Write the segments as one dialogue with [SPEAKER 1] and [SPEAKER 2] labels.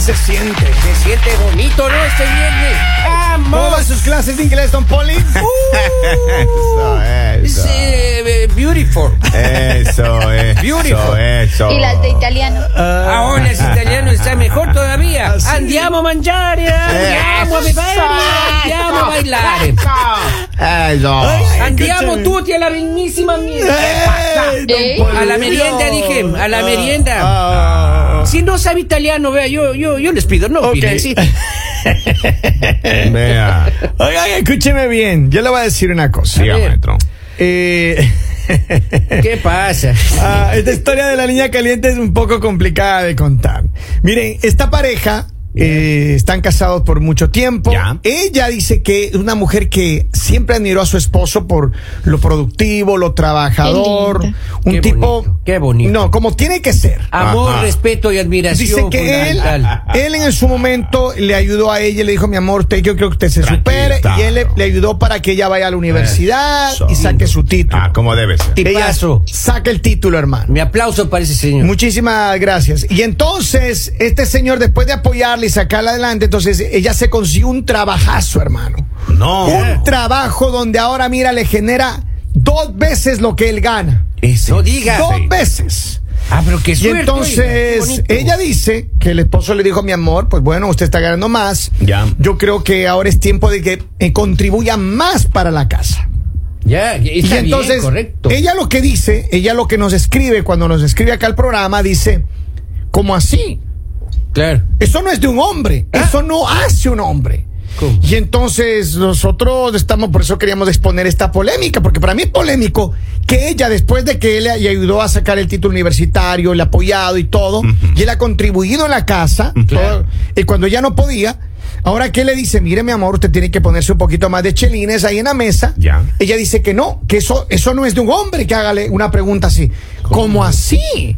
[SPEAKER 1] se siente?
[SPEAKER 2] Se siente bonito, ¿no? Este viernes.
[SPEAKER 1] Todas
[SPEAKER 2] ¡Vamos!
[SPEAKER 1] sus clases de inglés, Don Poli. Uh.
[SPEAKER 2] Uh,
[SPEAKER 3] Eso,
[SPEAKER 2] es
[SPEAKER 3] eso.
[SPEAKER 2] eh, beautiful.
[SPEAKER 3] Eso, eso.
[SPEAKER 2] Beautiful.
[SPEAKER 3] Eso.
[SPEAKER 4] Y las de italiano.
[SPEAKER 1] Ah.
[SPEAKER 2] Ahora es italiano, está mejor todavía. Andiamo a mangiare,
[SPEAKER 1] Eh.
[SPEAKER 2] andiamo a bere, andiamo a bailar.
[SPEAKER 3] Eso.
[SPEAKER 2] Andiamo tutti alla bellissima mierda.
[SPEAKER 4] ¿Eh?
[SPEAKER 2] A la merienda, dije, a
[SPEAKER 1] Ah.
[SPEAKER 3] Ah.
[SPEAKER 2] la merienda. Si no sabe italiano, vea, yo, yo, yo les pido, no opinen, sí.
[SPEAKER 3] Vea.
[SPEAKER 1] Oigan, escúcheme bien. Yo le voy a decir una cosa.
[SPEAKER 3] Diga,
[SPEAKER 2] ver.
[SPEAKER 3] maestro.
[SPEAKER 1] Eh,
[SPEAKER 2] ¿Qué pasa?
[SPEAKER 1] ah, esta historia de la niña caliente es un poco complicada de contar. Miren, esta pareja eh, están casados por mucho tiempo.
[SPEAKER 3] Ya.
[SPEAKER 1] Ella dice que es una mujer que siempre admiró a su esposo por lo productivo, lo trabajador,
[SPEAKER 4] linda.
[SPEAKER 1] un
[SPEAKER 2] Qué
[SPEAKER 1] tipo.
[SPEAKER 2] bonito, qué bonito.
[SPEAKER 1] No, como tiene que ser.
[SPEAKER 2] Amor,
[SPEAKER 3] Ajá.
[SPEAKER 2] respeto y admiración.
[SPEAKER 1] Ah. Dice que él,
[SPEAKER 2] fundamental.
[SPEAKER 1] él en su momento le ayudó a ella, y le dijo, mi amor, te, yo creo que usted se
[SPEAKER 3] Tranquilo,
[SPEAKER 1] supere. Y él le,
[SPEAKER 3] claro.
[SPEAKER 1] le ayudó para que ella vaya a la universidad
[SPEAKER 3] Eso.
[SPEAKER 1] y saque su título.
[SPEAKER 3] Ah, como debe ser.
[SPEAKER 1] Ella
[SPEAKER 2] Tipazo.
[SPEAKER 1] saca el título, hermano.
[SPEAKER 2] Mi aplauso para ese señor.
[SPEAKER 1] Muchísimas gracias. Y entonces, este señor, después de apoyarle y sacarla adelante, entonces ella se consiguió un trabajazo, hermano.
[SPEAKER 3] No.
[SPEAKER 1] Un trabajo donde ahora, mira, le genera dos veces lo que él gana.
[SPEAKER 2] no diga.
[SPEAKER 1] Dos veces.
[SPEAKER 2] Ah, pero qué
[SPEAKER 1] Y
[SPEAKER 2] suerte. oiga,
[SPEAKER 1] entonces
[SPEAKER 2] qué bonito.
[SPEAKER 1] ella dice que el esposo le dijo, mi amor, pues bueno, usted está ganando más.
[SPEAKER 3] Ya.
[SPEAKER 1] Yo creo que ahora es tiempo de que eh, contribuya más para la casa.
[SPEAKER 2] Ya, ya
[SPEAKER 1] Y
[SPEAKER 2] está
[SPEAKER 1] entonces,
[SPEAKER 2] bien, correcto.
[SPEAKER 1] ella lo que dice, ella lo que nos escribe cuando nos escribe acá al programa, dice, ¿cómo así?
[SPEAKER 2] Claro.
[SPEAKER 1] Eso no es de un hombre,
[SPEAKER 3] Ah.
[SPEAKER 1] eso no hace un hombre.
[SPEAKER 2] ¿Cómo?
[SPEAKER 1] Y entonces nosotros estamos, por eso queríamos exponer esta polémica, porque para mí es polémico que ella, después de que él le ayudó a sacar el título universitario, le ha apoyado y todo, y él ha contribuido en la casa, todo, y cuando ella no podía, ahora que él le dice, mire mi amor, usted tiene que ponerse un poquito más de chelines ahí en la mesa,
[SPEAKER 3] Ya.
[SPEAKER 1] ella dice que no, que eso, eso no es de un hombre que hágale una pregunta así. ¿Cómo, así?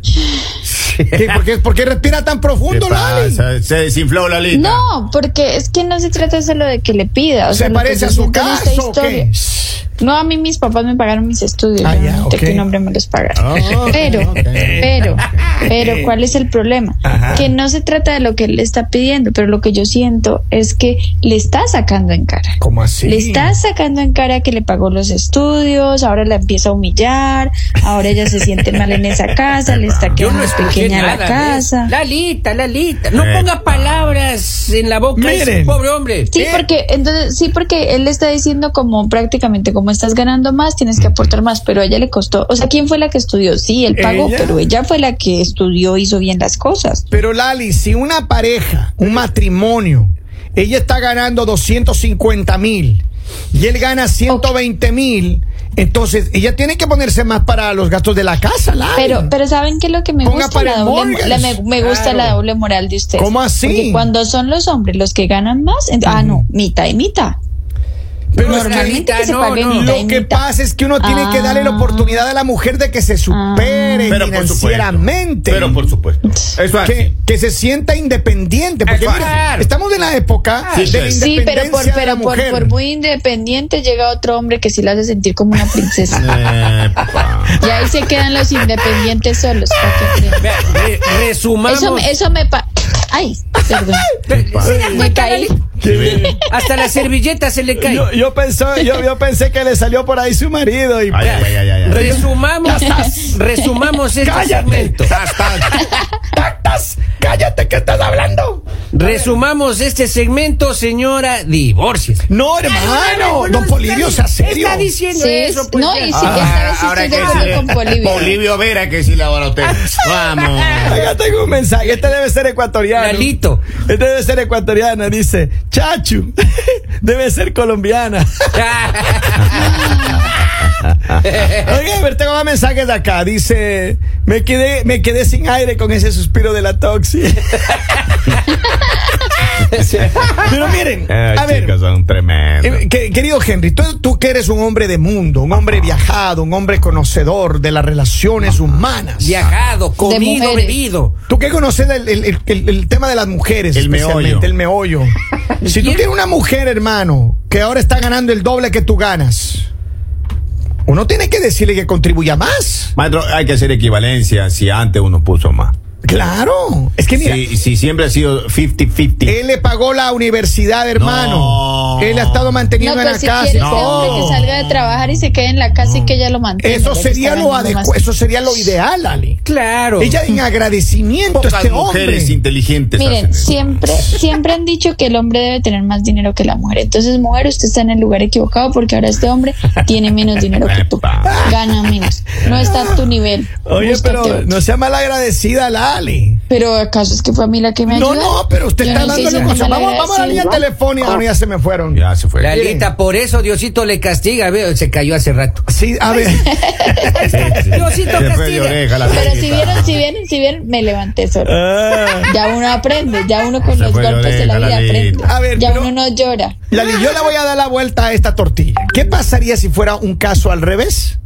[SPEAKER 1] ¿Qué- por, qué, por qué respira tan
[SPEAKER 3] ¿Qué
[SPEAKER 1] profundo, Lali?
[SPEAKER 3] pasa? Se desinfló la lista.
[SPEAKER 4] No, porque es que no se trata solo de que le pida. O
[SPEAKER 1] ¿Se
[SPEAKER 4] sea, lo que
[SPEAKER 1] parece
[SPEAKER 4] yo
[SPEAKER 1] a su
[SPEAKER 4] siento en esta
[SPEAKER 1] caso o qué?
[SPEAKER 4] historia- No, a mí mis papás me pagaron mis estudios.
[SPEAKER 1] Ah,
[SPEAKER 4] yo
[SPEAKER 1] ya,
[SPEAKER 4] no tengo
[SPEAKER 1] ok.
[SPEAKER 4] que un hombre me los pagara.
[SPEAKER 1] Ah,
[SPEAKER 4] Pero,
[SPEAKER 1] ok.
[SPEAKER 4] pero, pero, ¿cuál es el problema? Que no se trata de lo que él le está pidiendo, pero lo que yo siento es que le está sacando en cara.
[SPEAKER 1] ¿Cómo así?
[SPEAKER 4] Le está sacando en cara que le pagó los estudios, ahora la empieza a humillar, ahora ella se siente mal en esa casa, le está
[SPEAKER 2] Yo
[SPEAKER 4] quedando
[SPEAKER 2] no escuché
[SPEAKER 4] pequeña
[SPEAKER 2] nada.
[SPEAKER 4] la
[SPEAKER 2] ¿eh?
[SPEAKER 4] casa.
[SPEAKER 2] Lalita, Lalita. No
[SPEAKER 3] Eh.
[SPEAKER 2] ponga palabras en la boca de ese
[SPEAKER 1] Miren.
[SPEAKER 2] pobre hombre.
[SPEAKER 1] Eh.
[SPEAKER 4] Sí, porque entonces sí porque él le está diciendo como prácticamente como estás ganando más, tienes que aportar más, pero a ella le costó. O sea, ¿quién fue la que estudió? Sí, él pagó,
[SPEAKER 1] Ella.
[SPEAKER 4] pero ella fue la que estudió, hizo bien las cosas.
[SPEAKER 1] Pero Lali, si una pareja, un matrimonio, ella está ganando 250 mil y él gana 120 mil, entonces ella tiene que ponerse más para los gastos de la casa, Lali.
[SPEAKER 4] Pero pero saben qué es lo que me
[SPEAKER 1] Ponga
[SPEAKER 4] gusta
[SPEAKER 1] para
[SPEAKER 4] la
[SPEAKER 1] el
[SPEAKER 4] doble,
[SPEAKER 1] mortgage.
[SPEAKER 4] la- me, me gusta
[SPEAKER 2] Claro.
[SPEAKER 4] la doble moral de ustedes.
[SPEAKER 1] ¿Cómo así?
[SPEAKER 4] Porque cuando son los hombres los que ganan más, ent- ah no, mitad y mitad.
[SPEAKER 1] Pero
[SPEAKER 2] es que
[SPEAKER 4] Normalmente
[SPEAKER 2] mitad,
[SPEAKER 4] que se
[SPEAKER 2] no,
[SPEAKER 4] pague
[SPEAKER 2] no.
[SPEAKER 4] mitad y
[SPEAKER 1] lo que
[SPEAKER 4] mitad.
[SPEAKER 1] pasa es que uno tiene que darle la
[SPEAKER 4] Ah.
[SPEAKER 1] oportunidad a la mujer de que se supere
[SPEAKER 3] Pero por supuesto.
[SPEAKER 1] financieramente.
[SPEAKER 3] Pero por supuesto. Eso es
[SPEAKER 1] que,
[SPEAKER 3] así.
[SPEAKER 1] que se sienta independiente. Porque
[SPEAKER 3] Eso
[SPEAKER 1] mira,
[SPEAKER 2] así.
[SPEAKER 1] estamos en la época
[SPEAKER 3] Sí,
[SPEAKER 1] de la
[SPEAKER 3] sí.
[SPEAKER 4] Sí, pero por,
[SPEAKER 1] independencia de la
[SPEAKER 4] pero por,
[SPEAKER 1] mujer.
[SPEAKER 4] por muy independiente llega otro hombre que sí la hace sentir como una princesa.
[SPEAKER 3] Epa.
[SPEAKER 4] y ahí se quedan los independientes solos. para que aprendan.
[SPEAKER 2] Vea, re- resumamos.
[SPEAKER 4] Eso, me- eso me pa Ay, perdón.
[SPEAKER 2] Ve- ¿se da
[SPEAKER 4] Me
[SPEAKER 2] cuenta,
[SPEAKER 4] caí.
[SPEAKER 2] Lalita? Hasta la servilleta se le cae.
[SPEAKER 1] Yo, yo pensé, yo, yo pensé que le salió por ahí su marido y
[SPEAKER 3] Ay, ay, ay, ay, ay.
[SPEAKER 2] Resumamos, resumamos este segmento.
[SPEAKER 3] Tas, tas.
[SPEAKER 1] ¡Tactas! ¡Cállate que estás hablando!
[SPEAKER 2] Resumamos este segmento, señora divorcios.
[SPEAKER 1] No, hermano, don Polivio, sea serio.
[SPEAKER 2] Está diciendo
[SPEAKER 4] Sí,
[SPEAKER 2] eso, pues.
[SPEAKER 4] no,
[SPEAKER 2] ya.
[SPEAKER 4] y sí,
[SPEAKER 3] Ah,
[SPEAKER 4] esta
[SPEAKER 3] ahora
[SPEAKER 4] vez sí estoy de
[SPEAKER 3] que
[SPEAKER 4] acuerdo
[SPEAKER 3] sí.
[SPEAKER 4] con Bolivia.
[SPEAKER 3] Polivio Vera que sí la va a usted. Vamos.
[SPEAKER 1] Acá tengo un mensaje, este debe ser ecuatoriano.
[SPEAKER 2] Lalito.
[SPEAKER 1] Este debe ser ecuatoriano, dice, Chachu, debe ser colombiana. Oiga, a ver, tengo más mensajes de acá, dice, me quedé, me quedé sin aire con ese suspiro de la toxi. Pero miren,
[SPEAKER 3] Eh,
[SPEAKER 1] a ver,
[SPEAKER 3] chicos, son tremendos.
[SPEAKER 1] Eh, que- querido Henry, tú, tú que eres un hombre de mundo, un hombre viajado, un hombre conocedor de las relaciones humanas.
[SPEAKER 2] Viajado, comido,
[SPEAKER 4] mujeres.
[SPEAKER 2] bebido.
[SPEAKER 1] Tú que conoces el, el- el- el- el tema de las mujeres,
[SPEAKER 3] El meollo.
[SPEAKER 1] especialmente el meollo. si tú tienes una mujer, hermano, que ahora está ganando el doble que tú ganas, uno tiene que decirle que contribuya más.
[SPEAKER 3] Maestro, hay que hacer equivalencia si antes uno puso más.
[SPEAKER 1] Claro. Es que mira,
[SPEAKER 3] Si, si siempre ha sido 50-50.
[SPEAKER 1] él le pagó la universidad, hermano.
[SPEAKER 3] No.
[SPEAKER 1] Él ha estado
[SPEAKER 4] No,
[SPEAKER 1] manteniendo en
[SPEAKER 4] pero
[SPEAKER 1] la
[SPEAKER 4] pues, si
[SPEAKER 1] casa.
[SPEAKER 4] quiere
[SPEAKER 3] No.
[SPEAKER 4] ese hombre que salga de trabajar y se quede en la casa y que ella lo mantenga. pues,
[SPEAKER 1] Eso
[SPEAKER 4] ya que
[SPEAKER 1] sería
[SPEAKER 4] está
[SPEAKER 1] lo
[SPEAKER 4] ganando más.
[SPEAKER 1] adecuado, eso sería lo ideal, Ale.
[SPEAKER 2] Claro.
[SPEAKER 1] Ella en agradecimiento a
[SPEAKER 3] Pocas
[SPEAKER 1] este hombre.
[SPEAKER 3] mujeres inteligentes hacen
[SPEAKER 4] Miren,
[SPEAKER 3] eso.
[SPEAKER 4] siempre, siempre han dicho que el hombre debe tener más dinero que la mujer. Entonces, mujer, usted está en el lugar equivocado porque ahora este hombre tiene menos dinero que tú.
[SPEAKER 3] Epa.
[SPEAKER 4] Gana menos. No está a tu nivel.
[SPEAKER 1] Oye,
[SPEAKER 4] Búscate
[SPEAKER 1] pero
[SPEAKER 4] otro.
[SPEAKER 1] no sea mal agradecida la Ale.
[SPEAKER 4] Pero acaso es que fue a mí la que me
[SPEAKER 1] No,
[SPEAKER 4] ayudó?
[SPEAKER 1] no, pero usted
[SPEAKER 4] Yo
[SPEAKER 1] está
[SPEAKER 4] no sé
[SPEAKER 1] dándole
[SPEAKER 4] si
[SPEAKER 1] cosas.
[SPEAKER 4] fue mal
[SPEAKER 1] Vamos, vamos a la línea
[SPEAKER 4] agradecida.
[SPEAKER 1] telefónica. Ah, no, ya se me fueron.
[SPEAKER 3] Ya se fue.
[SPEAKER 2] Lalita, por eso Diosito le castiga. Veo, se cayó hace rato.
[SPEAKER 1] Sí, a ver.
[SPEAKER 3] Sí, sí.
[SPEAKER 2] Diosito
[SPEAKER 3] Se fue de
[SPEAKER 2] castiga.
[SPEAKER 3] oreja la
[SPEAKER 4] Pero si
[SPEAKER 3] Lalita.
[SPEAKER 4] vieron, si vieron, si vieron, me levanté sola.
[SPEAKER 1] Ah.
[SPEAKER 4] Ya uno aprende, ya uno con
[SPEAKER 3] Se
[SPEAKER 4] los
[SPEAKER 3] fue de
[SPEAKER 4] golpes de la
[SPEAKER 3] oreja,
[SPEAKER 4] vida
[SPEAKER 3] Lalita.
[SPEAKER 4] aprende.
[SPEAKER 1] A ver,
[SPEAKER 4] Ya
[SPEAKER 1] pero-
[SPEAKER 4] uno no llora.
[SPEAKER 1] Lali, yo le voy a dar la vuelta a esta tortilla. ¿Qué pasaría si fuera un caso al revés?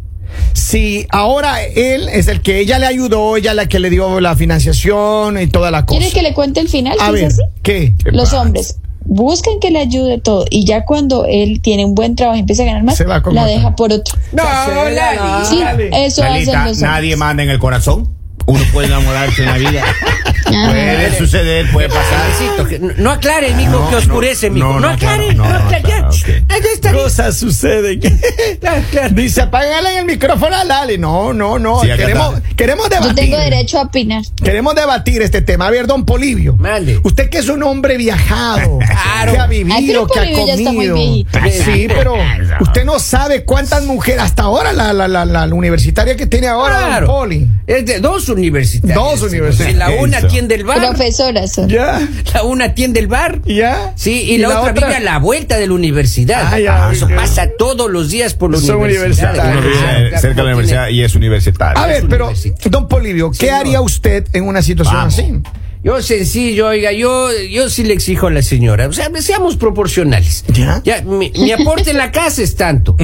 [SPEAKER 1] Si ahora él es el que ella le ayudó, ella la que le dio la financiación y toda la cosa.
[SPEAKER 4] ¿Quieres que le cuente el final?
[SPEAKER 1] A
[SPEAKER 4] que es
[SPEAKER 1] ver,
[SPEAKER 4] así?
[SPEAKER 1] ¿qué?
[SPEAKER 3] ¿Qué
[SPEAKER 4] Los
[SPEAKER 3] pasa?
[SPEAKER 4] hombres buscan que le ayude todo y ya cuando él tiene un buen trabajo y empieza a ganar más,
[SPEAKER 1] Se va con
[SPEAKER 4] la
[SPEAKER 1] otra.
[SPEAKER 4] deja por otro.
[SPEAKER 2] No, Lali.
[SPEAKER 4] Sí, eso hacen
[SPEAKER 3] Lalita,
[SPEAKER 4] los hombres.
[SPEAKER 3] nadie manda en el corazón. Uno puede enamorarse en la vida.
[SPEAKER 4] Ah.
[SPEAKER 3] puede suceder, puede pasar.
[SPEAKER 2] Diosito, que- no- No aclare, mijo, que oscurece,
[SPEAKER 3] no,
[SPEAKER 2] mijo.
[SPEAKER 3] no,
[SPEAKER 2] No,
[SPEAKER 3] no,
[SPEAKER 2] aclare, no
[SPEAKER 3] no, no,
[SPEAKER 2] aclare.
[SPEAKER 3] no, Ah, ok.
[SPEAKER 2] Ahí está bien.
[SPEAKER 1] Cosas suceden. Dice, apágale el micrófono a Lali. No, no, no.
[SPEAKER 3] Sí, acá
[SPEAKER 1] queremos,
[SPEAKER 3] está.
[SPEAKER 1] queremos
[SPEAKER 4] Yo
[SPEAKER 1] debatir.
[SPEAKER 4] tengo derecho a opinar.
[SPEAKER 1] Queremos debatir este tema. A ver, don Polivio.
[SPEAKER 2] Mande.
[SPEAKER 1] Usted que es un hombre viajado,
[SPEAKER 2] Claro.
[SPEAKER 1] que ha
[SPEAKER 4] Ay, pero
[SPEAKER 1] vivido, que ha
[SPEAKER 4] Polibio ya está muy
[SPEAKER 1] comido.
[SPEAKER 4] viejito.
[SPEAKER 1] Sí, pero usted no sabe cuántas mujeres, hasta ahora la, la, la, la universitaria que tiene ahora, don
[SPEAKER 2] Claro.
[SPEAKER 1] Poli.
[SPEAKER 2] Es de dos universitarios.
[SPEAKER 1] Dos universitarios.
[SPEAKER 2] La una
[SPEAKER 3] Eso.
[SPEAKER 2] atiende el bar.
[SPEAKER 4] Profesoras son.
[SPEAKER 1] Ya,
[SPEAKER 2] La una atiende el bar.
[SPEAKER 1] ya.
[SPEAKER 2] Sí, y, la, otra, vive a la vuelta de la universidad.
[SPEAKER 1] Ah, ya,
[SPEAKER 2] Ah, eso
[SPEAKER 1] ok.
[SPEAKER 2] pasa todos los días por la
[SPEAKER 1] Son
[SPEAKER 2] universidad.
[SPEAKER 1] universitarios.
[SPEAKER 3] Uno vive
[SPEAKER 2] Claro, claro,
[SPEAKER 3] cerca de la
[SPEAKER 2] no
[SPEAKER 3] universidad
[SPEAKER 2] tiene-
[SPEAKER 3] y es universitario.
[SPEAKER 1] A ver, pero,
[SPEAKER 2] universitario.
[SPEAKER 1] don Polivio, ¿qué
[SPEAKER 2] Señor.
[SPEAKER 1] haría usted en una situación
[SPEAKER 3] Vamos.
[SPEAKER 1] así?
[SPEAKER 2] Yo sencillo, oiga, yo, yo sí le exijo a la señora, o sea, seamos proporcionales.
[SPEAKER 1] ¿Ya?
[SPEAKER 2] mi, mi aporte en la casa es tanto.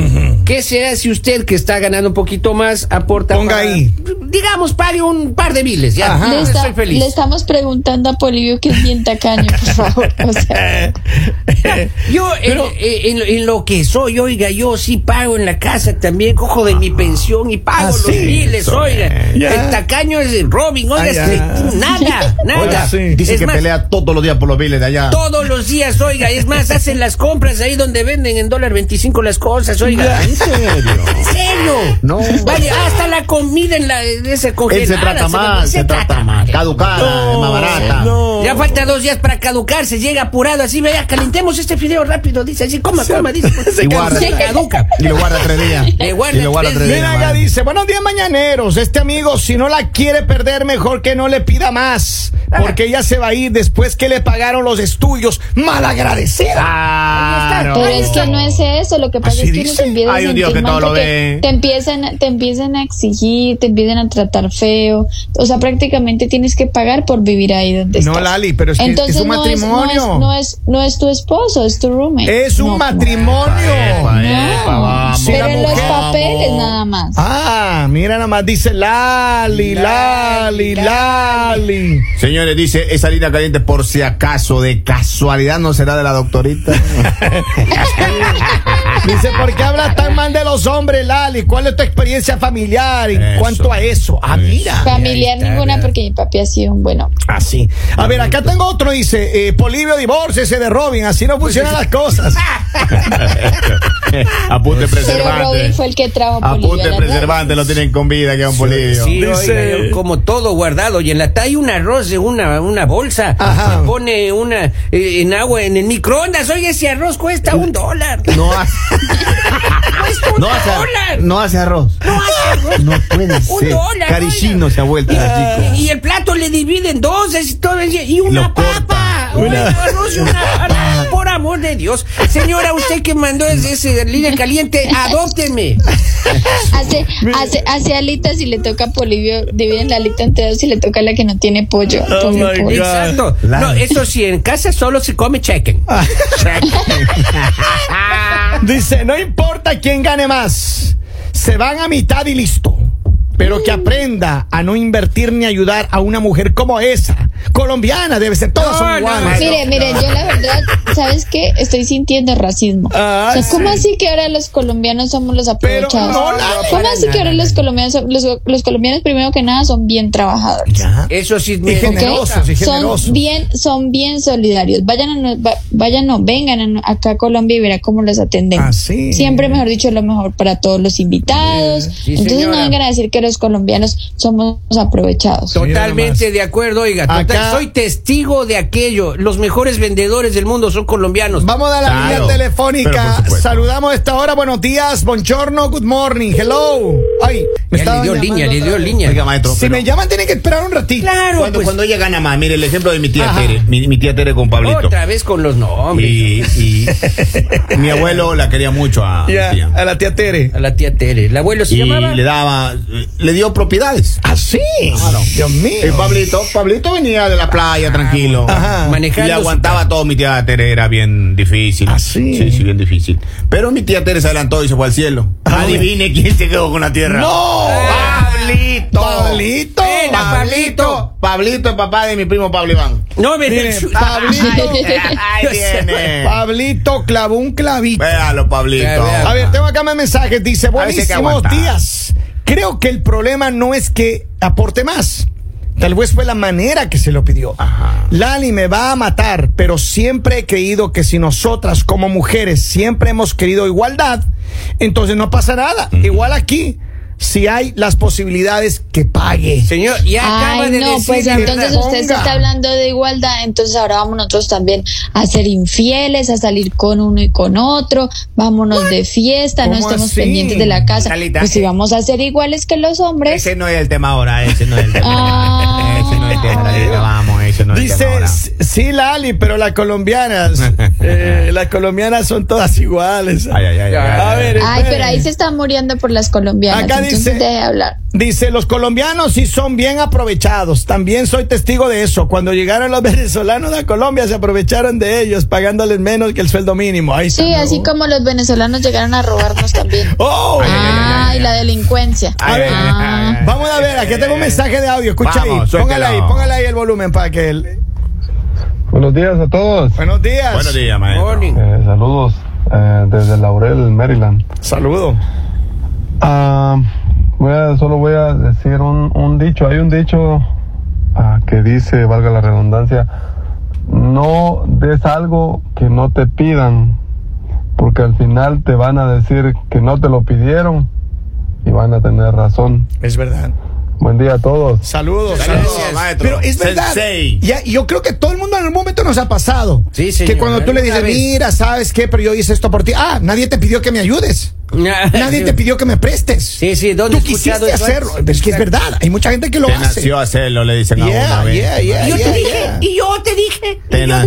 [SPEAKER 2] ¿Qué será si usted que está ganando un poquito más aporta?
[SPEAKER 1] Ponga ahí.
[SPEAKER 2] Digamos, pague un par de miles, ya.
[SPEAKER 1] Ajá.
[SPEAKER 4] Le,
[SPEAKER 2] Yo
[SPEAKER 4] está-
[SPEAKER 2] estoy feliz.
[SPEAKER 4] le estamos preguntando a Polivio que es bien tacaño, por favor. O sea,
[SPEAKER 2] Eh, Yo, en- eh, en, en- en lo que soy, oiga, yo sí pago en la casa también, cojo de mi pensión y pago
[SPEAKER 1] Ah,
[SPEAKER 2] los
[SPEAKER 1] sí.
[SPEAKER 2] miles,
[SPEAKER 3] Eso,
[SPEAKER 2] oiga.
[SPEAKER 1] ya.
[SPEAKER 2] El tacaño es el Robin, oiga,
[SPEAKER 1] Ah,
[SPEAKER 2] es
[SPEAKER 1] ya.
[SPEAKER 2] que nada, nada.
[SPEAKER 1] Oiga, sí.
[SPEAKER 3] Dice
[SPEAKER 2] Es
[SPEAKER 3] que
[SPEAKER 2] más,
[SPEAKER 3] pelea todos los días por los biles de allá.
[SPEAKER 2] Todos los días, oiga, es más, hacen las compras ahí donde venden en dólar 25 las cosas, oiga. ¿En serio? ¿En serio?
[SPEAKER 3] No.
[SPEAKER 2] Vaya, hasta la comida en la en esa
[SPEAKER 3] Él se
[SPEAKER 2] congelada.
[SPEAKER 3] trata mal, se trata mal. Caducada, es más barata.
[SPEAKER 2] Ya falta dos días para caducarse, llega apurado, así, vea, calentemos este fideo rápido, dice, así, coma, coma, dice.
[SPEAKER 3] Se guarda.
[SPEAKER 2] Se caduca.
[SPEAKER 3] Y lo guarda tres días.
[SPEAKER 2] Le guarda
[SPEAKER 3] y lo guarda
[SPEAKER 2] tres
[SPEAKER 3] tres días.
[SPEAKER 2] días.
[SPEAKER 1] Mira, acá
[SPEAKER 3] madre.
[SPEAKER 1] dice, buenos días mañaneros, este amigo si no la quiere perder, mejor que no le pida más, porque ella se va a ir después que le pagaron los estudios, malagradecida.
[SPEAKER 3] Claro.
[SPEAKER 4] pero es que no es eso. Lo que pasa
[SPEAKER 1] Así
[SPEAKER 4] es que uno se
[SPEAKER 1] dice.
[SPEAKER 4] empieza a
[SPEAKER 3] Hay un
[SPEAKER 4] sentir
[SPEAKER 3] Dios que
[SPEAKER 4] mal
[SPEAKER 3] todo lo
[SPEAKER 4] porque
[SPEAKER 3] ve.
[SPEAKER 4] te empiezan, te empiezan a exigir, te empiezan a tratar feo. O sea, prácticamente tienes que pagar por vivir ahí donde
[SPEAKER 1] No,
[SPEAKER 4] estás.
[SPEAKER 1] Lali, pero es que
[SPEAKER 4] Entonces
[SPEAKER 1] es un
[SPEAKER 4] no es- no es-
[SPEAKER 1] matrimonio.
[SPEAKER 4] no es, no es tu esposo, es tu roommate.
[SPEAKER 1] Es un
[SPEAKER 4] No,
[SPEAKER 1] matrimonio.
[SPEAKER 3] Epa, epa,
[SPEAKER 4] No,
[SPEAKER 3] vamos.
[SPEAKER 1] Si
[SPEAKER 4] pero
[SPEAKER 1] la
[SPEAKER 4] en los
[SPEAKER 1] mujer-
[SPEAKER 4] papeles nada más.
[SPEAKER 1] Ah, mira nada más, dice Lali, Lali,
[SPEAKER 2] Lali,
[SPEAKER 1] Lali.
[SPEAKER 3] Señores, dice esa línea caliente por si acaso, de casualidad no será de la doctorita.
[SPEAKER 1] Dice, ¿por qué hablas tan mal de los hombres, Lali? ¿Cuál es tu experiencia familiar en
[SPEAKER 3] Eso.
[SPEAKER 1] cuanto a eso? Ah,
[SPEAKER 3] Eso.
[SPEAKER 1] mira.
[SPEAKER 4] Familiar
[SPEAKER 2] está,
[SPEAKER 4] ninguna
[SPEAKER 2] vea.
[SPEAKER 4] porque mi papi ha sido un buen hombre.
[SPEAKER 1] Así. A ver, acá tengo otro, dice, eh, Polivio, divórcese de Robin, así no funcionan las cosas.
[SPEAKER 3] Apunte
[SPEAKER 4] Pero Robin fue
[SPEAKER 3] preservante.
[SPEAKER 4] el que trajo a Bolivia a
[SPEAKER 3] Apunte
[SPEAKER 4] la
[SPEAKER 3] preservante, lo tienen con vida, que es un polillo.
[SPEAKER 2] Sí,
[SPEAKER 1] Dice-
[SPEAKER 2] oiga, eh. yo como todo guardado y en la hay un arroz de una, una bolsa.
[SPEAKER 1] Ajá.
[SPEAKER 2] Se pone una eh, en agua en el microondas. Oye, ese arroz cuesta un dólar.
[SPEAKER 3] No hace,
[SPEAKER 2] Cuesta un
[SPEAKER 3] no, hace,
[SPEAKER 2] dólar.
[SPEAKER 3] no hace arroz.
[SPEAKER 2] No hace arroz.
[SPEAKER 3] No puede ser.
[SPEAKER 2] dólar,
[SPEAKER 3] Caricino se ha vuelto, chico.
[SPEAKER 2] Y el plato le divide en dos es- todo, es- y una
[SPEAKER 3] Lo corta.
[SPEAKER 2] papa. un arroz y una papa. Por amor de Dios. Señora, usted que mandó ese, ese línea caliente, adópteme.
[SPEAKER 4] Hace, hace, hace alitas y le toca a Polivio, dividen la alita entre dos y le toca a la que no tiene pollo. Pobre
[SPEAKER 1] Oh my
[SPEAKER 4] pollo.
[SPEAKER 1] God.
[SPEAKER 2] Exacto.
[SPEAKER 3] Claro.
[SPEAKER 2] No, eso sí, en casa solo se come chicken.
[SPEAKER 3] Ah.
[SPEAKER 1] Dice, no importa quién gane más, se van a mitad y listo. pero que aprenda a no invertir ni ayudar a una mujer como esa. Colombiana, debe ser, todas
[SPEAKER 2] No,
[SPEAKER 1] son
[SPEAKER 2] no,
[SPEAKER 1] iguales.
[SPEAKER 2] no.
[SPEAKER 4] Mire, mire, yo la verdad, ¿sabes qué? Estoy sintiendo racismo.
[SPEAKER 1] Ah,
[SPEAKER 4] o sea, ¿cómo
[SPEAKER 1] sí.
[SPEAKER 4] así que ahora los colombianos somos los
[SPEAKER 1] Pero
[SPEAKER 4] aprovechados?
[SPEAKER 1] no, la-
[SPEAKER 4] ¿Cómo así que ahora los colombianos, son- los, los colombianos primero que nada son bien trabajadores?
[SPEAKER 1] Ya.
[SPEAKER 2] Eso sí
[SPEAKER 1] Y
[SPEAKER 2] me
[SPEAKER 4] ¿ok?
[SPEAKER 1] generosos, y generosos.
[SPEAKER 4] son bien, son bien solidarios. Vayan, a no- va- vayan o vengan a no- acá a Colombia y verá cómo los
[SPEAKER 2] Ah,
[SPEAKER 4] atendemos.
[SPEAKER 1] Así.
[SPEAKER 4] Siempre, mejor dicho, lo mejor para todos los invitados.
[SPEAKER 2] Sí,
[SPEAKER 4] Entonces
[SPEAKER 2] señora.
[SPEAKER 4] no vengan a decir que los colombianos somos aprovechados.
[SPEAKER 2] Totalmente de acuerdo, oiga, total-
[SPEAKER 1] Acá-
[SPEAKER 2] soy testigo de aquello. Los mejores vendedores del mundo son colombianos.
[SPEAKER 1] Vamos a dar la
[SPEAKER 3] Claro,
[SPEAKER 1] vía
[SPEAKER 3] pero
[SPEAKER 1] telefónica.
[SPEAKER 3] por supuesto.
[SPEAKER 1] Saludamos a esta hora. Buenos días, bonchorno, good morning, hello. Ay, me
[SPEAKER 2] ya le
[SPEAKER 1] estaban
[SPEAKER 2] dio
[SPEAKER 1] llamando
[SPEAKER 2] línea, le
[SPEAKER 1] otra
[SPEAKER 2] dio
[SPEAKER 1] vez.
[SPEAKER 2] línea.
[SPEAKER 3] Oiga, maestro.
[SPEAKER 1] Si
[SPEAKER 3] pero
[SPEAKER 1] me llaman, tienen que esperar un ratito.
[SPEAKER 2] Claro,
[SPEAKER 3] cuando,
[SPEAKER 2] pues,
[SPEAKER 3] cuando ella gana más, mire el ejemplo de mi tía
[SPEAKER 1] Ajá.
[SPEAKER 3] Tere. Mi, mi tía Tere con Pablito.
[SPEAKER 2] otra vez con los nombres.
[SPEAKER 3] Y, y mi abuelo la quería mucho a mi
[SPEAKER 1] Ya,
[SPEAKER 3] tía.
[SPEAKER 1] a la tía Tere.
[SPEAKER 2] A la tía Tere. El abuelo se
[SPEAKER 3] Y
[SPEAKER 2] llamaba.
[SPEAKER 3] le daba, le dio propiedades.
[SPEAKER 1] ¿Ah, sí? Dios
[SPEAKER 3] El
[SPEAKER 1] mío.
[SPEAKER 3] Pablito, Pablito venía de la playa tranquilo.
[SPEAKER 2] Ah,
[SPEAKER 1] Ajá.
[SPEAKER 2] Manejando
[SPEAKER 3] Y
[SPEAKER 2] su-
[SPEAKER 3] aguantaba todo, mi tía Tere era bien difícil.
[SPEAKER 1] ¿Ah, sí?
[SPEAKER 3] Sí, sí, bien difícil. Pero mi tía Tere se adelantó y se fue al cielo. Adivine quién se quedó con la tierra.
[SPEAKER 1] ¡No!
[SPEAKER 3] ¡Pablito!
[SPEAKER 1] ¡Pablito!
[SPEAKER 2] Era Pablito.
[SPEAKER 3] Pablito, el papá de mi primo Pablo Iván.
[SPEAKER 2] No me
[SPEAKER 1] Mire, Pablito,
[SPEAKER 3] Ahí viene.
[SPEAKER 1] Pablito clavó un clavito.
[SPEAKER 3] Véalo,
[SPEAKER 2] Vea,
[SPEAKER 3] Pablito.
[SPEAKER 2] vea.
[SPEAKER 1] A ver, tengo acá más mensajes. Dice,
[SPEAKER 3] A ver si hay que
[SPEAKER 1] buenísimos
[SPEAKER 3] aguantar".
[SPEAKER 1] días. Creo que el problema no es que aporte más. Tal vez fue la manera que se lo pidió.
[SPEAKER 3] Ajá.
[SPEAKER 1] Lali me va a matar, pero siempre he creído que si nosotras como mujeres siempre hemos querido igualdad, entonces no pasa nada. Igual aquí, si hay las posibilidades que pague.
[SPEAKER 2] Señor, ya acaba
[SPEAKER 4] Ay,
[SPEAKER 2] de
[SPEAKER 4] no,
[SPEAKER 2] decir
[SPEAKER 4] pues
[SPEAKER 2] la
[SPEAKER 4] entonces
[SPEAKER 2] verdad.
[SPEAKER 4] usted se
[SPEAKER 1] Ponga.
[SPEAKER 4] está hablando de igualdad, entonces ahora vamos nosotros también a ser infieles, a salir con uno y con otro, vámonos de fiesta, no
[SPEAKER 1] ¿Cómo
[SPEAKER 4] estemos
[SPEAKER 1] así?
[SPEAKER 4] pendientes de la casa.
[SPEAKER 3] Lalita,
[SPEAKER 4] Pues si
[SPEAKER 3] eh.
[SPEAKER 4] vamos a ser iguales que los hombres,
[SPEAKER 3] Ese no es el tema ahora, ese no es el tema.
[SPEAKER 4] Ah.
[SPEAKER 3] Ese no es el tema, Lalita, vamos, ese no es el tema
[SPEAKER 1] Dice,
[SPEAKER 3] ahora.
[SPEAKER 1] "S- sí, Lali, pero las colombianas, eh, las colombianas son todas iguales.
[SPEAKER 3] Ay, ay, ay, ay,
[SPEAKER 1] A
[SPEAKER 3] ay.
[SPEAKER 1] ver,
[SPEAKER 4] ay, pero ahí
[SPEAKER 1] espere.
[SPEAKER 4] se están muriendo por las colombianas,
[SPEAKER 1] Acá
[SPEAKER 4] entonces
[SPEAKER 1] dice-
[SPEAKER 4] deje de hablar.
[SPEAKER 1] Dice, los colombianos sí son bien aprovechados. También soy testigo de eso. Cuando llegaron los venezolanos a Colombia, se aprovecharon de ellos, pagándoles menos que el sueldo mínimo. Ahí
[SPEAKER 4] Sí,
[SPEAKER 1] está, ¿no?
[SPEAKER 4] así como los venezolanos llegaron a robarnos también.
[SPEAKER 1] ¡Oh!
[SPEAKER 3] Ay, ay, ay, ay,
[SPEAKER 4] Ay,
[SPEAKER 3] ay.
[SPEAKER 4] la delincuencia.
[SPEAKER 1] A ver,
[SPEAKER 4] Ah.
[SPEAKER 1] vamos a ver, aquí tengo
[SPEAKER 3] Eh,
[SPEAKER 1] un mensaje de audio. Escucha
[SPEAKER 3] Vamos,
[SPEAKER 1] ahí. Póngale
[SPEAKER 3] suéltelo.
[SPEAKER 1] ahí, póngale ahí el volumen para que él.
[SPEAKER 5] Buenos días a todos.
[SPEAKER 1] Buenos días.
[SPEAKER 3] Buenos días, maestro.
[SPEAKER 2] Morning.
[SPEAKER 5] Eh, saludos eh, desde Laurel, Maryland.
[SPEAKER 1] Saludo.
[SPEAKER 5] Ah, voy a- solo voy a decir un, un dicho. Hay un dicho ah, que dice, valga la redundancia, no des algo que no te pidan, porque al final te van a decir que no te lo pidieron y van a tener razón.
[SPEAKER 1] Es verdad.
[SPEAKER 5] Buen día a todos.
[SPEAKER 1] Saludos.
[SPEAKER 3] Saludos,
[SPEAKER 1] saludos.
[SPEAKER 3] maestro.
[SPEAKER 1] Pero es verdad.
[SPEAKER 3] Sensei.
[SPEAKER 1] Ya, y yo creo que todo el mundo en algún momento nos ha pasado.
[SPEAKER 2] Sí, señor.
[SPEAKER 1] Que cuando tú le dices,
[SPEAKER 2] Alguna vez.
[SPEAKER 1] mira, ¿sabes qué? Pero yo hice esto por ti. Ah, nadie te pidió que me ayudes. Nadie te pidió que me prestes.
[SPEAKER 2] Sí, sí, ¿dónde
[SPEAKER 1] Tú
[SPEAKER 2] he escuchado
[SPEAKER 1] quisiste
[SPEAKER 2] eso
[SPEAKER 1] hacerlo.
[SPEAKER 2] antes?
[SPEAKER 1] Pero es que es verdad. Hay mucha gente que lo
[SPEAKER 3] Te
[SPEAKER 1] hace.
[SPEAKER 3] nació hacerlo, le dicen a uno. a
[SPEAKER 1] Yeah,
[SPEAKER 3] ver.
[SPEAKER 1] yeah, yeah, yeah, yeah.
[SPEAKER 2] y yo te dije.
[SPEAKER 3] Te, na-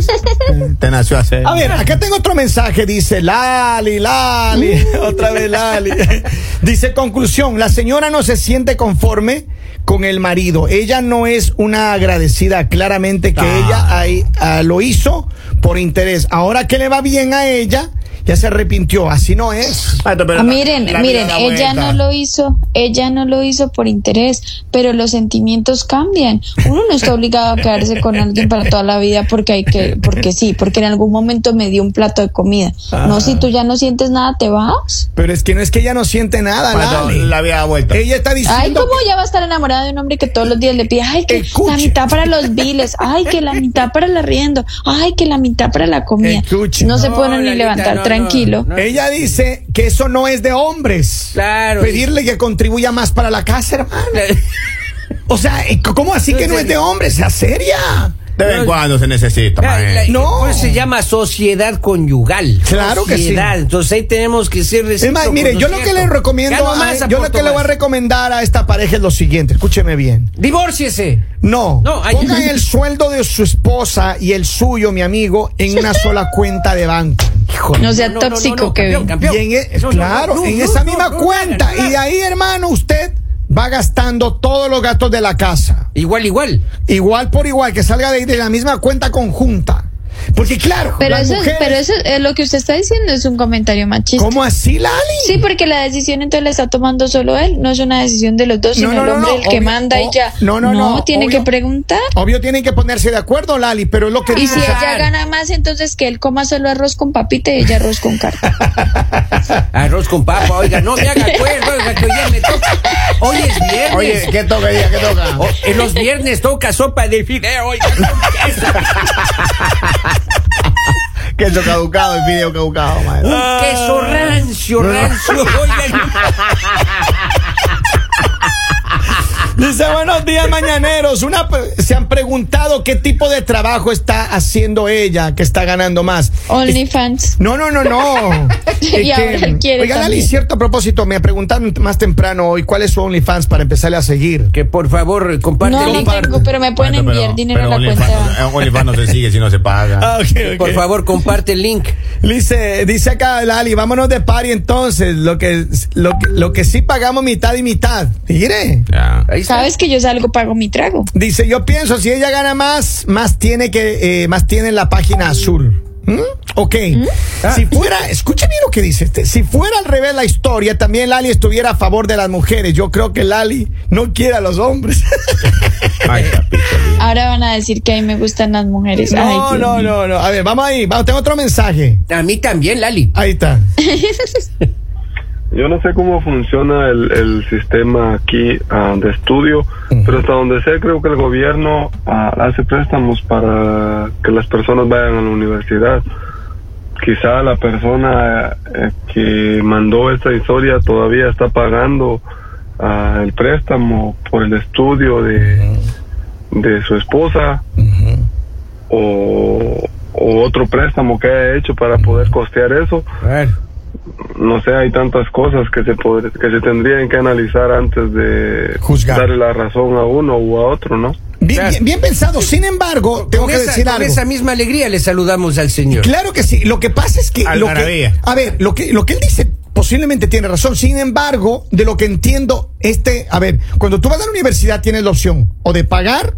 [SPEAKER 3] te nació hacerlo.
[SPEAKER 1] A ver, acá tengo otro mensaje. Dice Lali, Lali, otra vez Lali. Dice conclusión, la señora no se siente conforme con el marido. Ella no es una agradecida, claramente que
[SPEAKER 3] Ah.
[SPEAKER 1] ella ahí, ah, lo hizo por interés. Ahora que le va bien a ella, ya se arrepintió. Así no es.
[SPEAKER 3] Maestro, pero la-
[SPEAKER 4] Ah, miren,
[SPEAKER 3] la vida
[SPEAKER 4] miren,
[SPEAKER 3] da
[SPEAKER 4] ella
[SPEAKER 3] vuelta.
[SPEAKER 4] no lo hizo, ella no lo hizo por interés, pero los sentimientos cambian. Uno no está obligado a quedarse con alguien para toda la vida porque hay que, porque sí, porque en algún momento me dio un plato de comida. No,
[SPEAKER 3] Ah.
[SPEAKER 4] si tú ya no sientes nada, te vas.
[SPEAKER 1] Pero es que no es que ella no siente nada,
[SPEAKER 3] Maestro,
[SPEAKER 1] Lali.
[SPEAKER 3] la vida da vuelta.
[SPEAKER 1] Ella está diciendo.
[SPEAKER 4] Ay, ¿cómo
[SPEAKER 1] que-
[SPEAKER 4] ya va a estar enamorada de un hombre que todos los días le pide, ay, que
[SPEAKER 1] Escuche.
[SPEAKER 4] la mitad para los biles, ay, que la mitad para la riendo, ay, que la mitad para la comida?
[SPEAKER 1] Escuche.
[SPEAKER 4] No se
[SPEAKER 2] No,
[SPEAKER 4] pueden
[SPEAKER 2] Lalita,
[SPEAKER 4] ni
[SPEAKER 2] no,
[SPEAKER 4] levantar,
[SPEAKER 2] no,
[SPEAKER 4] tranquilo.
[SPEAKER 2] no.
[SPEAKER 1] Ella dice que eso no es de hombres.
[SPEAKER 2] Claro.
[SPEAKER 1] Pedirle que contribuya más para la casa, hermano. O sea, eh, ¿cómo así que no es de hombres? Sea seria.
[SPEAKER 3] De vez en cuando se necesita, maestro.
[SPEAKER 1] No.
[SPEAKER 2] no. se llama sociedad conyugal.
[SPEAKER 1] Claro que sí.
[SPEAKER 2] Sociedad. Entonces ahí tenemos que ser
[SPEAKER 1] Es más,
[SPEAKER 2] recíprocos,
[SPEAKER 1] mire,
[SPEAKER 2] ¿no
[SPEAKER 1] yo
[SPEAKER 2] es
[SPEAKER 1] lo que
[SPEAKER 2] cierto?
[SPEAKER 1] le
[SPEAKER 2] Ya
[SPEAKER 1] recomiendo,
[SPEAKER 2] no
[SPEAKER 1] a-
[SPEAKER 2] más
[SPEAKER 1] yo lo
[SPEAKER 2] aporto
[SPEAKER 1] que le voy a
[SPEAKER 2] más.
[SPEAKER 1] recomendar a esta pareja es lo siguiente, escúcheme bien.
[SPEAKER 2] Divórciese.
[SPEAKER 1] No,
[SPEAKER 2] No, ay-
[SPEAKER 1] pongan el sueldo de su esposa y el suyo, mi amigo, en una sola cuenta de banco.
[SPEAKER 4] No sea tóxico, Kevin.
[SPEAKER 1] Y en e- claro, en esa misma cuenta. Y de ahí, hermano, usted va gastando todos los gastos de la casa.
[SPEAKER 2] Igual, igual.
[SPEAKER 1] Igual por igual, que salga de, ahí de la misma cuenta conjunta. Porque claro,
[SPEAKER 4] Pero
[SPEAKER 1] las
[SPEAKER 4] eso, es-
[SPEAKER 1] mujeres-
[SPEAKER 4] pero eso es eh, lo que usted está diciendo es un comentario machista.
[SPEAKER 1] ¿Cómo así, Lali?
[SPEAKER 4] Sí, porque la decisión entonces la está tomando solo él, no es una decisión de los dos,
[SPEAKER 1] No,
[SPEAKER 4] sino
[SPEAKER 1] no,
[SPEAKER 4] el
[SPEAKER 1] no,
[SPEAKER 4] hombre
[SPEAKER 1] no,
[SPEAKER 4] el que
[SPEAKER 1] obvio,
[SPEAKER 4] manda
[SPEAKER 1] oh,
[SPEAKER 4] y ya.
[SPEAKER 1] no, no, no,
[SPEAKER 4] tiene
[SPEAKER 1] obvio.
[SPEAKER 4] que preguntar.
[SPEAKER 1] Obvio tienen que ponerse de acuerdo, Lali, pero es lo que
[SPEAKER 4] Y si
[SPEAKER 1] dice.
[SPEAKER 4] ella gana más, entonces que él coma solo arroz con papita y ella arroz con carne.
[SPEAKER 2] Arroz con papa, oiga, no me haga acuerdo, oiga, que hoy día me toca. Hoy es viernes.
[SPEAKER 3] Oye, ¿qué toca, día? ¿Qué toca?
[SPEAKER 2] O- en los viernes toca sopa de fideo, oiga, con queso.
[SPEAKER 3] Queso caducado y video caducado, maestro.
[SPEAKER 2] Un queso rancio, rancio, oiga.
[SPEAKER 1] Dice, buenos días, mañaneros. Una, pe- se han preguntado qué tipo de trabajo está haciendo ella, que está ganando más.
[SPEAKER 4] Oh, OnlyFans.
[SPEAKER 1] No, no, no, no.
[SPEAKER 4] Y ahora él quiere
[SPEAKER 1] oiga, Lali,
[SPEAKER 4] también.
[SPEAKER 1] cierto a propósito, me preguntaron más temprano hoy cuál es su OnlyFans para empezarle a seguir.
[SPEAKER 2] Que por favor, comparte
[SPEAKER 4] No,
[SPEAKER 2] el
[SPEAKER 4] no
[SPEAKER 2] link.
[SPEAKER 4] tengo, pero me pueden
[SPEAKER 3] Maestro,
[SPEAKER 4] enviar
[SPEAKER 3] pero-
[SPEAKER 4] dinero
[SPEAKER 3] pero
[SPEAKER 4] a la
[SPEAKER 3] OnlyFans
[SPEAKER 4] cuenta.
[SPEAKER 3] no- eh, OnlyFans no se sigue si no se paga.
[SPEAKER 1] Ah.
[SPEAKER 2] Por favor, comparte el link.
[SPEAKER 1] Dice, dice acá Lali, vámonos de party entonces. Lo que, lo, que- lo que sí pagamos mitad y mitad. Mire.
[SPEAKER 3] Ya.
[SPEAKER 2] Ahí está.
[SPEAKER 4] Cada vez que yo salgo pago mi trago.
[SPEAKER 1] Dice, yo pienso, si ella gana más, más tiene que, eh, más tiene la página azul. ¿Mm? Ok.
[SPEAKER 4] Ah.
[SPEAKER 1] Si fuera, escuche bien lo que dice este. Si fuera al revés la historia, también Lali estuviera a favor de las mujeres. Yo creo que Lali no quiere a los hombres.
[SPEAKER 3] Ay, papito.
[SPEAKER 4] Ahora van a decir que a mí me gustan las mujeres. Ay,
[SPEAKER 1] no,
[SPEAKER 4] Dios
[SPEAKER 1] no,
[SPEAKER 4] mío.
[SPEAKER 1] no, no. A ver, vamos ahí. Vamos, tengo otro mensaje.
[SPEAKER 2] A mí también, Lali.
[SPEAKER 1] Ahí está.
[SPEAKER 5] Yo no sé cómo funciona el, el sistema aquí ah, de estudio, pero hasta donde sé creo que el gobierno ah, hace préstamos para que las personas vayan a la universidad. Quizá la persona eh, que mandó esta historia todavía está pagando ah, el préstamo por el estudio de, de su esposa o, o otro préstamo que haya hecho para poder costear eso no sé, hay tantas cosas que se podr- que se tendrían que analizar antes de
[SPEAKER 1] Juzgar.
[SPEAKER 5] darle la razón a uno o a otro, ¿no?
[SPEAKER 1] Bien, bien, bien pensado. Sin embargo, tengo
[SPEAKER 2] con
[SPEAKER 1] que
[SPEAKER 2] esa,
[SPEAKER 1] decir
[SPEAKER 2] con
[SPEAKER 1] algo.
[SPEAKER 2] esa misma alegría le saludamos al señor.
[SPEAKER 1] Claro que sí. Lo que pasa es que. Lo que
[SPEAKER 3] Algarabía.
[SPEAKER 1] a ver, lo que, lo que él dice posiblemente tiene razón. Sin embargo, de lo que entiendo, este. A ver, cuando tú vas a la universidad tienes la opción o de pagar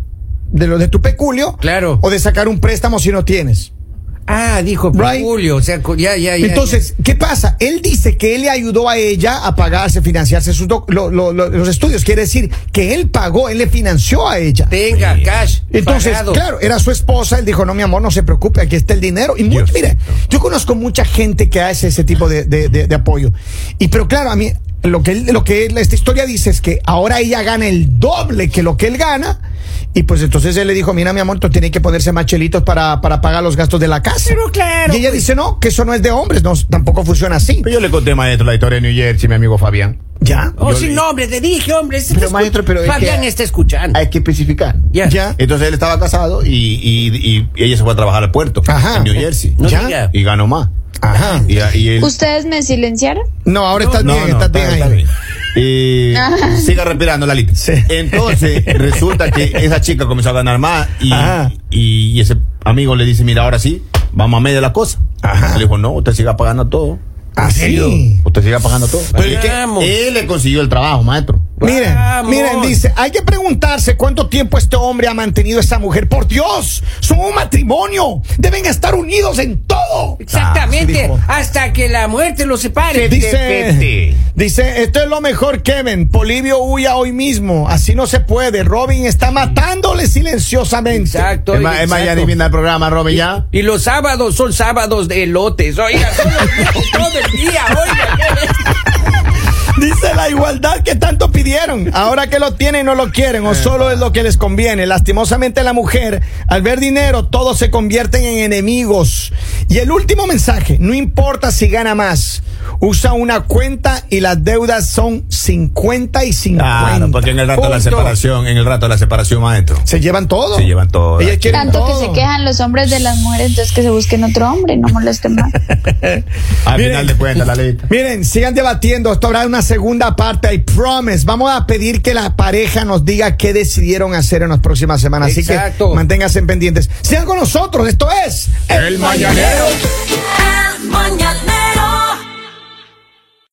[SPEAKER 1] de lo de tu peculio.
[SPEAKER 2] Claro.
[SPEAKER 1] O de sacar un préstamo si no tienes.
[SPEAKER 2] Ah, dijo
[SPEAKER 1] Right.
[SPEAKER 2] Julio, o sea, co- ya, ya, ya.
[SPEAKER 1] Entonces, ¿qué pasa? Él dice que él le ayudó a ella a pagarse, financiarse sus doc- lo- lo- lo- los estudios. Quiere decir que él pagó, él le financió a ella.
[SPEAKER 2] Tenga, cash.
[SPEAKER 1] Entonces,
[SPEAKER 2] pagado.
[SPEAKER 1] claro, era su esposa, él dijo, no, mi amor, no se preocupe, aquí está el dinero. Y muy,
[SPEAKER 3] Dios
[SPEAKER 1] mire, yo conozco mucha gente que hace ese tipo de, de- de- de apoyo. Y pero claro, a mí, lo que, él- lo que él- esta historia dice es que ahora ella gana el doble que lo que él gana. Y pues entonces él le dijo, mira, mi amor, tú tienes que ponerse machelitos para, para pagar los gastos de la casa.
[SPEAKER 2] Pero claro,
[SPEAKER 1] Y ella
[SPEAKER 3] pues.
[SPEAKER 1] dice, no, que eso no es de hombres, no, tampoco funciona así.
[SPEAKER 3] Yo le conté, maestro, la historia de New Jersey, mi amigo Fabián.
[SPEAKER 1] Ya.
[SPEAKER 2] Oh,
[SPEAKER 3] Yo
[SPEAKER 2] sin
[SPEAKER 3] le-
[SPEAKER 2] nombre, te dije, hombre. este
[SPEAKER 3] Pero,
[SPEAKER 2] escu-
[SPEAKER 3] maestro, pero es
[SPEAKER 2] Fabián
[SPEAKER 3] que-
[SPEAKER 2] está escuchando.
[SPEAKER 3] Hay que especificar.
[SPEAKER 2] Ya.
[SPEAKER 1] Ya.
[SPEAKER 3] Entonces él estaba casado y, y- y ella se fue a trabajar al puerto
[SPEAKER 1] Ajá.
[SPEAKER 3] en New Jersey.
[SPEAKER 2] No
[SPEAKER 1] Ya.
[SPEAKER 2] diga.
[SPEAKER 3] Y ganó más.
[SPEAKER 1] Ajá.
[SPEAKER 3] Y, y él-
[SPEAKER 4] ¿Ustedes me silenciaron?
[SPEAKER 1] No, ahora estás
[SPEAKER 3] No,
[SPEAKER 1] bien,
[SPEAKER 3] no,
[SPEAKER 1] estás
[SPEAKER 3] está-
[SPEAKER 1] bien ahí.
[SPEAKER 3] está bien. Eh, siga respirando, Lalita. Entonces, resulta que esa chica comenzó a ganar más y,
[SPEAKER 1] Ajá.
[SPEAKER 3] y ese amigo le dice, mira, ahora sí, vamos a media la cosa.
[SPEAKER 1] Ajá.
[SPEAKER 3] Le dijo, no, usted siga pagando todo.
[SPEAKER 1] Así.
[SPEAKER 3] Usted siga pagando todo.
[SPEAKER 2] Pero es que- Vamos.
[SPEAKER 3] él le consiguió el trabajo, maestro.
[SPEAKER 1] Miren,
[SPEAKER 2] Vamos.
[SPEAKER 1] miren, dice, hay que preguntarse cuánto tiempo este hombre ha mantenido a esa mujer. Por Dios, son un matrimonio. Deben estar unidos en todo. Ah,
[SPEAKER 3] ah,
[SPEAKER 2] Exactamente,
[SPEAKER 1] dijo.
[SPEAKER 2] hasta que la muerte los separe.
[SPEAKER 1] Dice,
[SPEAKER 3] Pete.
[SPEAKER 1] dice, esto es lo mejor, Kevin. Polivio huya hoy mismo. Así no se puede. Robin está matándole silenciosamente.
[SPEAKER 2] Exacto.
[SPEAKER 3] Es más, es más, ya
[SPEAKER 2] exacto.
[SPEAKER 3] adivina el programa, Robin, ya.
[SPEAKER 2] Y los sábados son sábados de elotes. Oiga, todo el día, oiga.
[SPEAKER 1] Dice la igualdad que tanto pidieron. Ahora que lo tienen, no lo quieren. O solo es lo que les conviene. Lastimosamente, la mujer, al ver dinero, todos se convierten en enemigos. Y el último mensaje: no importa si gana más. Usa una cuenta y las deudas son 50 y 50.
[SPEAKER 3] Claro, porque en el rato de la
[SPEAKER 1] Punto.
[SPEAKER 3] separación, en el rato de la separación, maestro.
[SPEAKER 1] Se llevan todo.
[SPEAKER 3] Se llevan todo.
[SPEAKER 1] Ellas quieren
[SPEAKER 4] Tanto que
[SPEAKER 1] todo.
[SPEAKER 4] se quejan los hombres de las mujeres, entonces que se busquen otro hombre, no molesten más.
[SPEAKER 3] Al
[SPEAKER 1] Miren.
[SPEAKER 3] final de cuentas, Lalita.
[SPEAKER 1] Miren, sigan debatiendo. Esto habrá una segunda parte. I promise. Vamos a pedir que la pareja nos diga qué decidieron hacer en las próximas semanas. Así
[SPEAKER 2] Exacto.
[SPEAKER 1] que manténganse pendientes. Sigan con nosotros. Esto es
[SPEAKER 3] El Mañanero.
[SPEAKER 6] El mañanero.